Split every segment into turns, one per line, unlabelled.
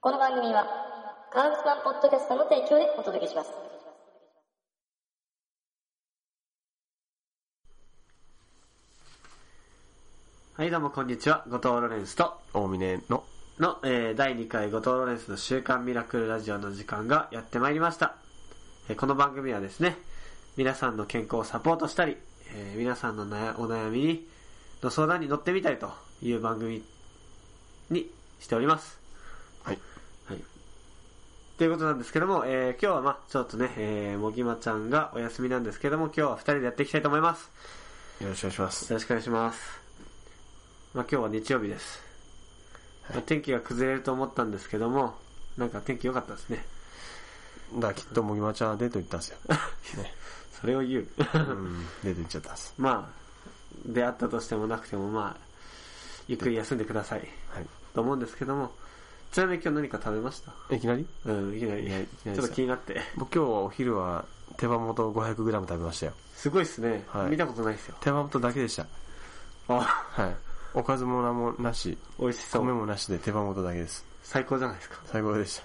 この番組は、カウスワンポッドキャストの提供でお届けします。
はい、どうもこんにちは。後藤ロレンスと、
大峰の
の、えー第2回後藤ロレンスの週刊ミラクルラジオの時間がやってまいりました。えーこの番組はですね、皆さんの健康をサポートしたり、えー皆さんのなやお悩みに、の相談に乗ってみたいという番組にしております。
はい。
はい。ということなんですけども、えー今日はまあちょっとね、えーもぎまちゃんがお休みなんですけども、今日は2人でやっていきたいと思います。
よろしくお願いします。
よろしくお願いします。まあ、今日は日曜日です。まあ天気が崩れると思ったんですけども、なんか天気良かったですね。
だからきっともぎまちゃんはデート行ったん ですよ。ね。
それを言う。
うん。デート行っちゃったんです。
まあ、出会ったとしてもなくても、まあ、ゆっくり休んでください。
はい。
と思うんですけども、ちなみに今日何か食べました
いきなり
うん、いきなり。
いやい
ち
きな
ょっ
りさ
と気になって。
僕今日はお昼は手羽元 500g 食べましたよ。
すごいっすね。
はい
見たことないですよ。
手羽元だけでした。
あ、
はい。おかずも何もなし、
美味しそ
米
う。
もなしで手羽元だけです。
最高じゃない ですか。
最高で し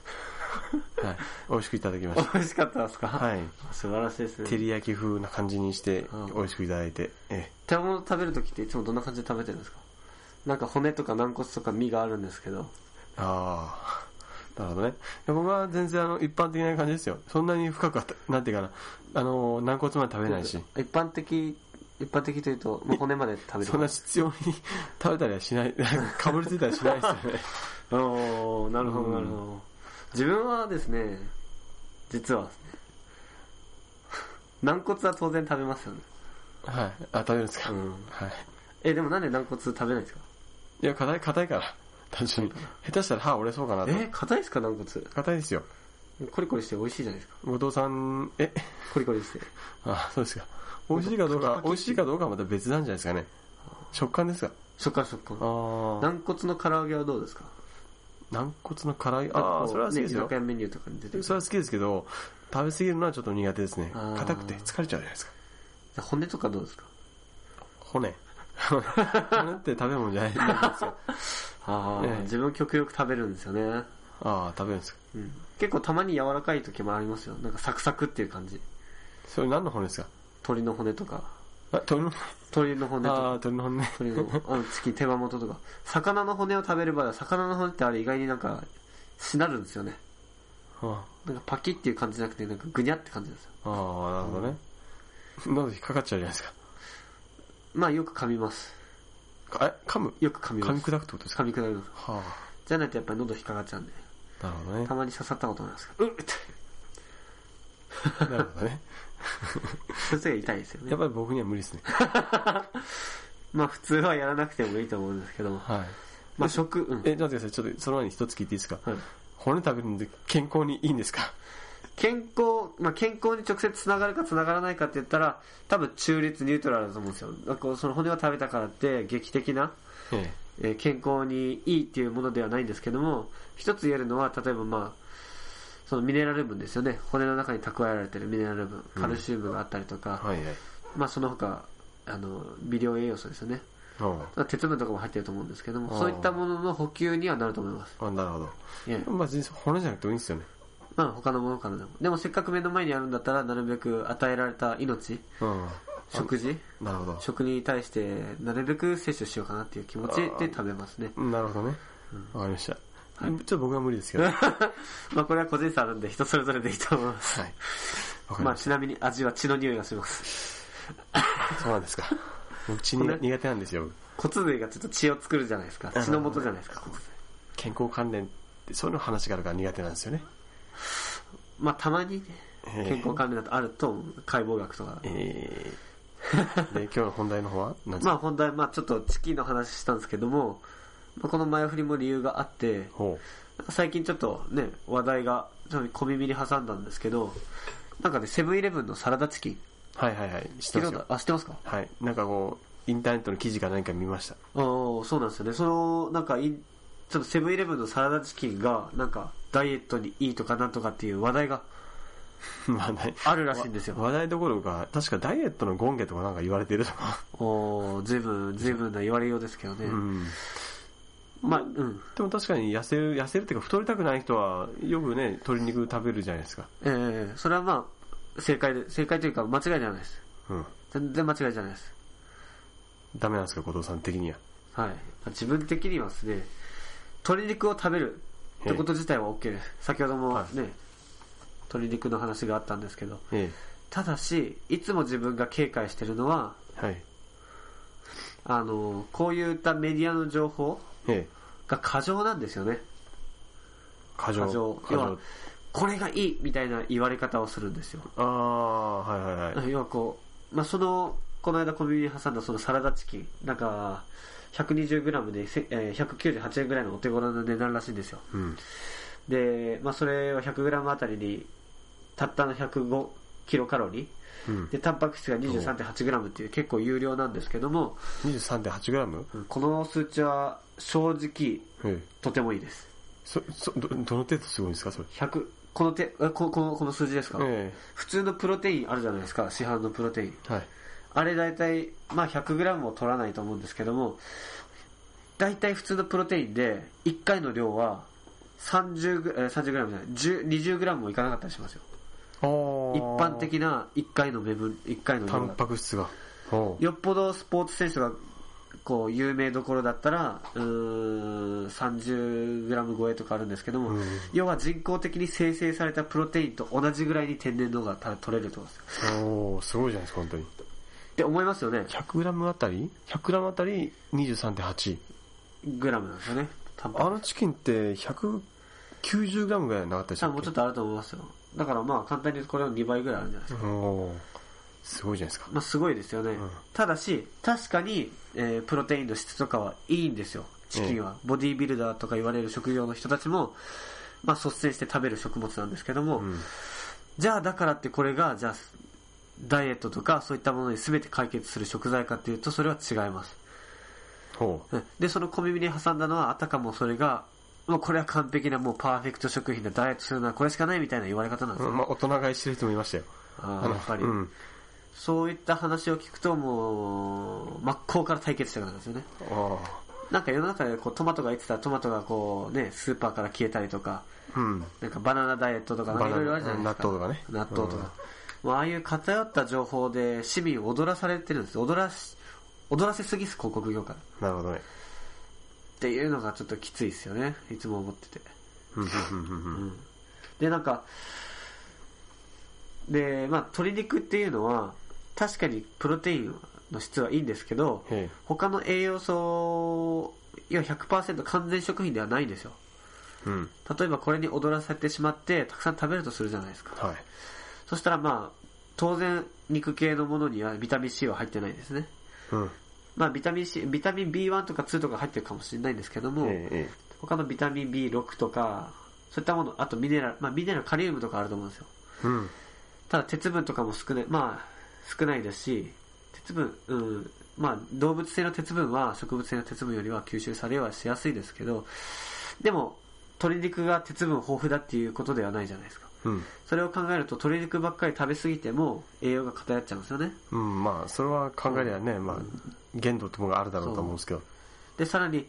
た。はい。美味しくいただきまし
美味しかったですか
た。 はい。
素晴らしいです
照
ね。
り焼き風な感じにして
うん
美味しくいただいて、え
手羽元食べるときっていつもどんな感じで食べてるんですかなんか骨とか軟骨とか身があるんですけど。
え。ああ。なるほどね。いや僕は全然あの一般的な感じですよ。そんなに深くはた、なんていうかな、あの、軟骨まで食べないし。
一般的、一般的というと、まあ、骨まで食べる。
そん な必要に食べたりはし ない、かぶりついたりしないですよね。
おーなるほど、なるほど。自分はですね、実はですね、軟骨は当然食べますよね。
はい。あ、食べるんですか、
うん
はい。
え、でもなんで軟骨食べないんですか
いや、硬い、硬いから。単純に。下手したら歯折れそうかなと。
え、硬いですか軟骨。
硬いですよ。
コリコリして美味しいじゃないですか。
後藤さん、え、
コリコリして。
あ、そうですか。美味しいかどうか、美味しいかどうかはまた別なんじゃないですかね。食感ですか
食感食感。
ああ。
軟骨の唐揚げはどうですか
軟骨の辛い。ああ、それは好きです
ね居
よ
酒。屋メニューとかに出てくる
それは好きですけど、食べ過ぎるのはちょっと苦手ですね。
あー
硬くて疲れちゃうじゃないですか。
骨とかどうですか
骨。骨って食べ物じゃないなんですよ。
ああ、
ええ
自分極力食べるんですよね。
ああ、食べるんですか。
うん結構たまに柔らかい時もありますよ。なんかサクサクっていう感じ。
それ何の骨ですか
鳥の骨とか、
あ、鳥の骨
鳥の骨と
あ
か、
あ、鳥の骨ね。
鳥の、あの、チキン手羽元とか。魚の骨を食べる場合は、魚の骨ってあれ意外になんか、しなるんですよね。
あ
なんかパキっていう感じじゃなくて、なんかグニャって感じですよ。
あ、なるほどね。喉に引っかかっちゃうじゃないですか。
まあよく噛みます。
かえ、噛む
よく噛み
噛
ま
み
す。
砕くってことですか
噛み砕きます。
は
じゃないとやっぱり喉引っかかっちゃうんで。
あ、なるほどね
た。まに刺さったことなんですけど、う っって。
なるほどね。
それが痛いですよ
や
ね
っ。ぱり僕には無理ですね。
まあ普通はやらなくてもいいと思うんですけども。
はい。
まあ食、うん。
え、じゃあ待ってください。ちょっとその前に一つ聞いていいですか
はい
骨食べるので健康にいいんですか
健康、まあ、健康に直接つながるかつながらないかって言ったら、多分中立、ニュートラルだと思うんですよ。だからその骨を食べたからって、劇的な、
ええ。
えー健康にいいっていうものではないんですけども、一つ言えるのは、例えばまあ、そのミネラル分ですよね。骨の中に蓄えられてるミネラル分、カルシウムがあったりとか、
はいはい。
まあその他、あの、微量栄養素ですよね。
うん
まあ鉄分とかも入ってると思うんですけども、
あー
そういったものの補給にはなると思います。
あ、なるほど。
ええ
まあ、人生骨じゃなくてもいいんですよね。
まあ他のものからでも。でもせっかく目の前にあるんだったら、なるべく与えられた命、
うん。
食事、
なるほど。
食に対してなるべく摂取しようかなっていう気持ちで食べますね。
なるほどね。わかりました。ちょっと僕は無理 ですけど。はい。
まあこれは個人差あるんで人それぞれでいいと思います。
わか
ま
り
あ
まし
ちなみに味は血の匂いがします。
た。そうなんですか。僕、血に
骨
苦手なんですよ。僕
骨髄がちょっと血を作るじゃないですか。血の元じゃないですか、骨髄。
健康関連ってそういうの話があるから苦手なんですよね。
まあたまにね、
ええ
健康関連だとあると思う解剖学とか。
えー、 で、今日の本題の方は何です
ま
か、
あ本題、まあちょっとチキンの話したんですけども、まあこの前振りも理由があって、
ほ
最近ちょっとね、話題がちょっと小耳に挟んだんですけど、なんかね、セブンイレブンのサラダチキン。
う。はいはいはい。知って
聞いたこ
ます
と
よ。
あ、知ってますか
はい。なんかこう、インターネットの記事か何か見ました。
ああ、そうなんですよね。その、なんかい、ちょっとセブンイレブンのサラダチキンが、なんか、ダイエットにいいとかなんとかっていう話題が
話題。
あるらしいんですよ。
話題どころか、確かダイエットのゴンゲとかなんか言われてるとか。
おー、随分、随分な言われようですけどね。
うん。
まあ、うん。
でも確かに痩せる、痩せるっていうか太りたくない人はよくね、鶏肉食べるじゃないですか。
えー、それはまあ、正解で、正解というか間違いじゃないです。
うん。
全然間違いじゃないです。
ダメなんですか、後藤さん的には。
はい。まあ自分的にはですね、鶏肉を食べるってこと自体は OK です。先ほどもね、鶏肉の話があったんですけど、
え
ただし、いつも自分が警戒してるのは、
え。はい。
あの、こういったメディアの情報
ええ。
が過剰なんですよね。
過剰。
過剰。
過
要
剰
は、これがいいみたいな言われ方をするんですよ。
ああ、はいはいはい。
要はこう、まあ、その、この間小耳に挟んだそのサラダチキン、なんか、120g でせ、えー198円ぐらいのお手頃な値段らしいんですよ。
うん。
で、まあ、それは 100g あたりに、たったの105キロカロリ
うん
ー。で、タンパク質が 23.8g っていう結構有料なんですけども、
23.8g?
この数値は正直、
ええ。
とてもいいです。
そ、そ、ど、どの程度すごいんですか、それ。
100、この手、えここの、この数字ですか、
え
普通のプロテインあるじゃないですか、市販のプロテイン。
え。はい。
あれ大体、まあ 100g も取らないと思うんですけども、大体普通のプロテインで、1回の量は30グ、えー 30g じゃない、10 20g もいかなかったりしますよ。一
ああ。
般的な1回の目分、1回の
タ
量
ン
だと
パク質が。おう
よっぽどスポーツ選手が、こう、有名どころだったら、うーん、30g 超えとかあるんですけども、
うん
要は人工的に生成されたプロテインと同じぐらいに天然のがた取れるってことですよ。
おーすごいじゃないですか、本当に。
って思いますよね。
100g あたり ?100g あたり23.8。
グラムなんですよね。タンパク
あのチキンって 190g ぐらいなかったでし
多
た
分も
っ
うち
け
ょっとあると思いますよ。だからまあ簡単に言うとこれの2倍ぐらいあるんじゃないですか。
おーすごいじゃないですか。
まあすごいですよね。
ん
ただし、確かに、えープロテインの質とかはいいんですよ。チキンは。ボディービルダーとか言われる職業の人たちも、まあ率先して食べる食物なんですけども、
ん
じゃあだからってこれが、じゃあ、ダイエットとかそういったものに全て解決する食材かっていうとそれは違います。
ほう。
うんで、その小耳に挟んだのは、あたかもそれが、もうこれは完璧な、もうパーフェクト食品でダイエットするのはこれしかないみたいな言われ方なんです
う
よ。
んまあ、大人買いしてる人もいましたよ。
あーやっぱり、
うん。
そういった話を聞くともう、真っ向から対決したくなるんですよね。
あ
なんか世の中でこうトマトが言ってたらトマトがこうね、スーパーから消えたりとか、
あ。うん。
なんかバナナダイエットとかなんかいろいろあるじゃないですか。
バナナ納豆とかね
納豆とか。もうああいう偏った情報で市民を踊らされてるんです。踊らし、踊らせすぎです、広告業界。っ
なるほどね。
ていうのがちょっときついですよね。いつも思ってて。
うんうんうんうんうん
で、なんか、で、まあ、鶏肉っていうのは、確かにプロテインの質はいいんですけど、
ええ
他の栄養素、いや100%完全食品ではないんですよ。
うん。
例えばこれに踊らされてしまって、たくさん食べるとするじゃないですか。
はい。
そしたらまあ、当然、肉系のものにはビタミン C は入ってないですね。
うん。
まあ、ビタミン C、ビタミン B1 とか2とか入ってるかもしれないんですけども、
えええ
他のビタミン B6 とか、そういったもの、あとミネラル、まあミネラル、カリウムとかあると思うんですよ。
えうん。
ただ鉄分とかも少ない、まあ、少ないですし、鉄分、うん、まあ、動物性の鉄分は植物性の鉄分よりは吸収されはしやすいですけど、でも、鶏肉が鉄分豊富だっていうことではないじゃないですか。
うん。
それを考えると、鶏肉ばっかり食べ過ぎても栄養が偏っちゃうんですよね。
うん、まあ、それは考えりゃね、まあ、限度ってものがあるだろうと思うんですけど。
で、さらに、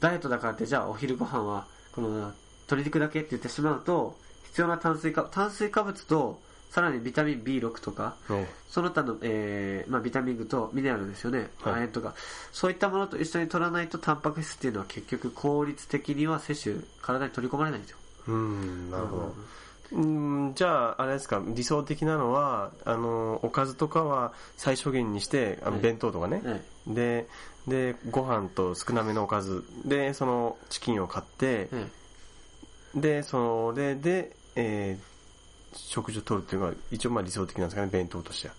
ダイエットだからって、じゃあお昼ご飯は、この、鶏肉だけって言ってしまうと、必要な炭水化、炭水化物と、さらにビタミン B6 とか、
え
その他の、えーまあ、ビタミンとミネラルですよね、亜
はい
鉛とか、そういったものと一緒に取らないと、タンパク質っていうのは結局効率的には摂取、体に取り込まれないんですよ。
えうん、なるほど。うん、じゃあ、あれですか、理想的なのは、あの、おかずとかは最小限にして、あの
はい
弁当とかね、
はい
で、で、ご飯と少なめのおかず。で、そのチキンを買って、
え
で、それで、えー、食事を取るっていうのが一応まあ理想的なんですかね、弁当としては。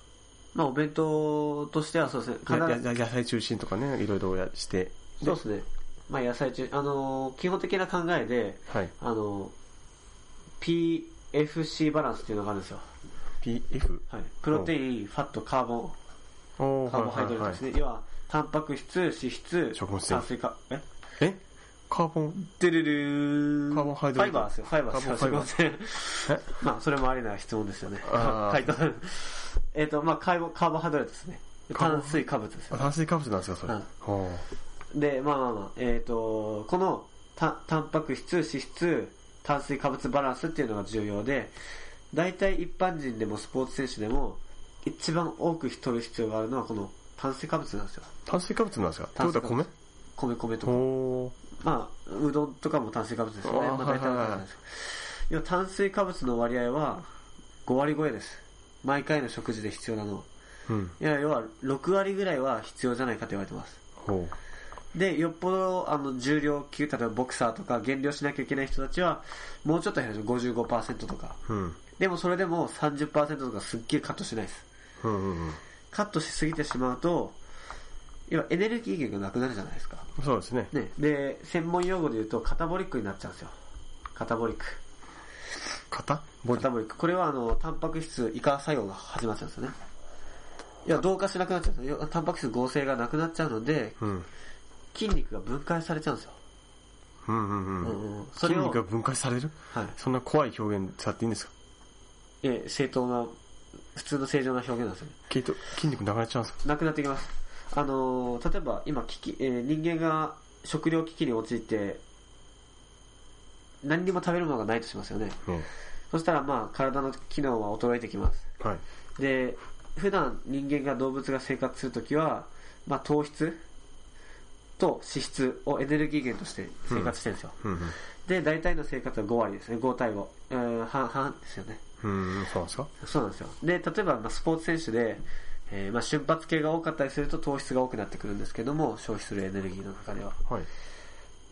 えまあ、お弁当としてはそうですね、必
やや
ず
野菜中心とかね、いろいろやして。
そうですね、まあ、野菜中、あのー基本的な考えで、
はい。
あのー PFC バランスっていうのがあるんですよ。
PF?
はい、プロテイン、ファット、カーボン、
おー
カーボンハイドレートですね。要は、タンパク質、脂質、
食物繊維
炭水化、え
えカーボン
てるるー
カーボンハイドレー
ファ
ト
イバーですよ、ファイバーですよ。
カーボン
すいません
え
まあ、それもありな質問ですよね。
あー
回答。えっと、まあ、カーボンカーボンハイドレートですね。
カーボン
炭水化物ですよ。
炭水化物なんですか、それ。
うん
ほう
で、まあまあまあ、えっ、と、このた、タンパク質、脂質、炭水化物バランスっていうのが重要で、大体一般人でもスポーツ選手でも、一番多く取る必要があるのはこの炭水化物なんですよ。
炭水化物なんですかって
炭
こ
水
と
化
は
物
米
米米とか。
おー
まあ、うどんとかも炭水化物ですよね。
あー
まあ大体わかるじゃないですか。いや、炭水化物の割合は5割超えです。毎回の食事で必要なのは。
うん。
いや、要は6割ぐらいは必要じゃないかと言われてます。
ほ
で、よっぽど、あの、重量級、例えばボクサーとか減量しなきゃいけない人たちは、もうちょっと減るんですよ。55%とか。
う。うん。
でもそれでも30%とかすっげえカットしないです。
うんうんうん。
カットしすぎてしまうと、要はエネルギー源がなくなるじゃないですか。
そうですね。
ね。で、専門用語で言うと、カタボリックになっちゃうんですよ。カタボリック。
型ボ
カタボリック。これはあの、タンパク質以下作用が始まっちゃうんですよね。いや、同化しなくなっちゃうんですよ。要はタンパク質合成がなくなっちゃうので、
うん。
筋肉が分解されちゃうんですよ。
うんうんう。
うんんうん。そ
筋
れを
肉が分解される
はい。
そんな怖い表現使っていいんですか
え、正当な、普通の正常な表現なんですよね。
きっと筋肉なくなっちゃうんですか
なくなってきます。あのー例えば今危機、えー人間が食糧危機に陥って、何にも食べるものがないとしますよね。
ね
そしたらまあ体の機能は衰えてきます。
はい。
で、普段人間が動物が生活するときは、まあ糖質と脂質をエネルギー源として生活してるんですよ。
うんうん。
で、大体の生活は5割ですね。5対5。えー、半半々ですよね。
うん、そうなんですか
そうなんですよ。で、例えば、まあ、スポーツ選手で、えーまあ、瞬発系が多かったりすると糖質が多くなってくるんですけども、消費するエネルギーの中では。
はい。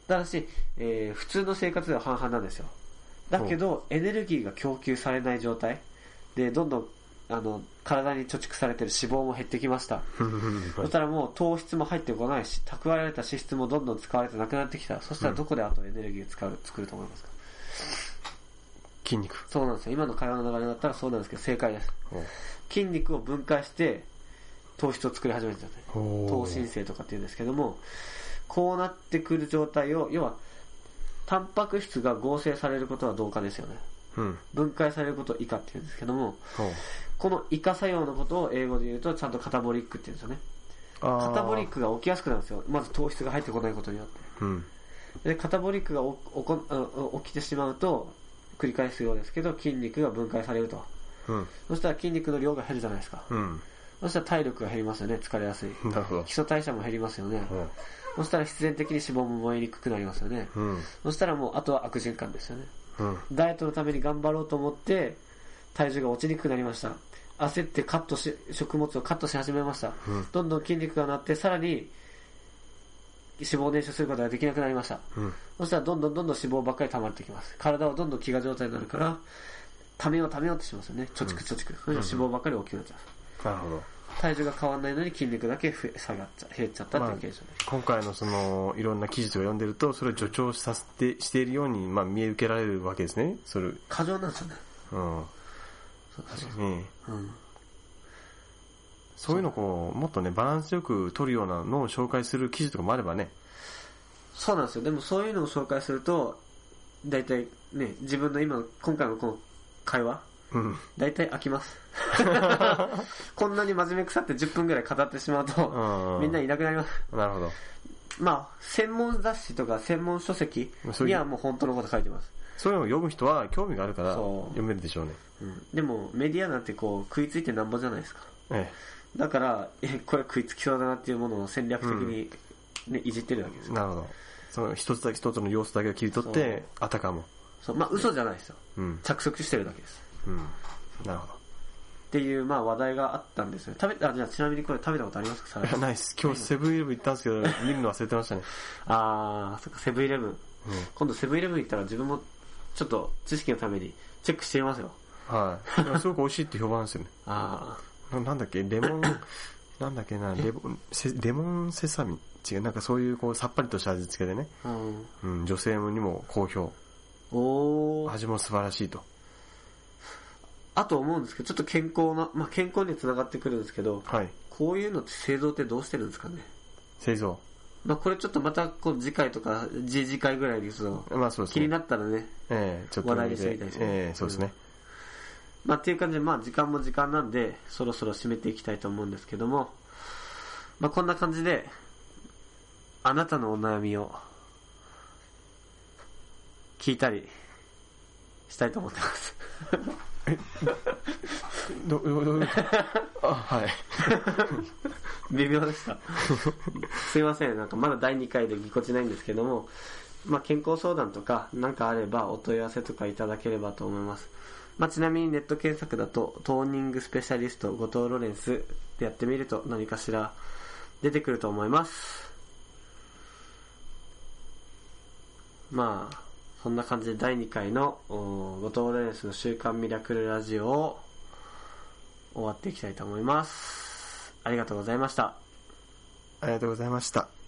ただし、えー普通の生活では半々なんですよ。だけど、エネルギーが供給されない状態で、どんどん、あの、体に貯蓄されてる脂肪も減ってきました。
うんうんうん
そしたらもう糖質も入ってこないし、蓄えられた脂質もどんどん使われてなくなってきた。そしたらどこであとエネルギーを使う、作ると思いますか
筋肉。
そうなんですよ。今の会話の流れだったらそうなんですけど、正解です。
ほう
筋肉を分解して糖質を作り始めるんですよね。
ほう
糖新生とかって言うんですけども、こうなってくる状態を、要は、タンパク質が合成されることは同化ですよね。
うん。
分解されることを以下って言うんですけども、
ほう
この以下作用のことを英語で言うとちゃんとカタボリックって言うんですよね。
あー
カタボリックが起きやすくなるんですよ。まず糖質が入ってこないことによって。
うん。
で、カタボリックがおおこあ起きてしまうと、繰り返すようですけど、筋肉が分解されると。
うん。
そしたら筋肉の量が減るじゃないですか。
うん。
そしたら体力が減りますよね、疲れやすい。
なるほど
基。礎代謝も減りますよね。
うん
そしたら必然的に脂肪も燃えにくくなりますよね。
うん。
そしたらもう、あとは悪循環ですよね。
うん。
ダイエットのために頑張ろうと思って、体重が落ちにくくなりました。焦ってカットし、食物をカットし始めました。
うん
どんどん筋肉がなって、さらに、脂肪を燃焼することができなくなりました。
うん。
そしたらどんどんどんどん脂肪ばっかり溜まってきます。体はどんどん飢餓状態になるから、溜めよう溜めようってしますよね。貯蓄貯蓄。それで脂肪ばっかり大きくなっちゃう。
なるほど。
体重が変わんないのに筋肉だけ増え下がっちゃ、減っちゃったっていう現象です。
今回のその、いろんな記事とか読んでると、それを助長させて、しているように、まあ見受けられるわけですね。それ、うん。
過剰なんですよね。そう
確かに。
うん。
そういうのこう、もっとね、バランスよく取るようなのを紹介する記事とかもあればね。
そうなんですよ。でもそういうのを紹介すると、大体ね、自分の今の、今回のこの会話、
うん。
大体飽き ます。こんなに真面目腐って10分ぐらい語ってしまうと、みんないなくなります。
なるほど。
まあ、専門雑誌とか専門書籍にはもう本当のこと書いてます。
そういうのを読む人は興味があるから、
そう
読めるでしょうね。
うん、でも、メディアなんてこう、食いついてなんぼじゃないですか。
え
だから、えこれ食いつきそうだなっていうものを戦略的に、ねいじってるわけです
え。なるほど。その一つだけ、一つの様子だけを切り取って、あたかも。
そうまあ、嘘じゃないですよ。
うん。
着色してるだけです。
うん。なるほ
っていう、まあ、話題があったんですよ。食べ、あ、じゃあちなみにこれ食べたことありますかサラ
ど。
ダ。
ナイス。今日セブンイレブン行ったんですけど、見るの忘れてましたね。
あー、そっか、セブンイレブン。今度セブンイレブン行ったら自分も、ちょっと知識のためにチェックしてみますよ。
はい。でもすごく美味しいって評判ですよね。
あ
ななんだっけ、レモン、 なんだっけな、レモン、セレモンセサミン違う、なんかそういうこう、さっぱりとした味付けでね。
ー、うん。
うん、女性にも好評。
おー。
味も素晴らしいと。
あと思うんですけど、ちょっと健康な、まあ、健康につながってくるんですけど、
はい。
こういうのって製造ってどうしてるんですかね。
製造。
まあ、これちょっとまた、こう、次回とか、次次回ぐらいに、その、
まあそうです
気
ね。
になったらね、
ええちょっと
話題にしてみたいですね
ええそうですね。
まあ、っていう感じで、まあ、時間も時間なんで、そろそろ締めていきたいと思うんですけども、まあ、こんな感じで、あなたのお悩みを聞いたりしたいと思ってます。
ど、ど、ど、ど あ、はい。
微妙でした。すいません、なんかまだ第2回でぎこちないんですけども、まあ、健康相談とか何かあればお問い合わせとかいただければと思います。まあ、ちなみにネット検索だと、トーニングスペシャリスト後藤ロレンスでやってみると何かしら出てくると思います。まあ、そんな感じで第2回のお後藤ロレンスの週刊ミラクルラジオを終わっていきたいと思います。ありがとうございました。
ありがとうございました。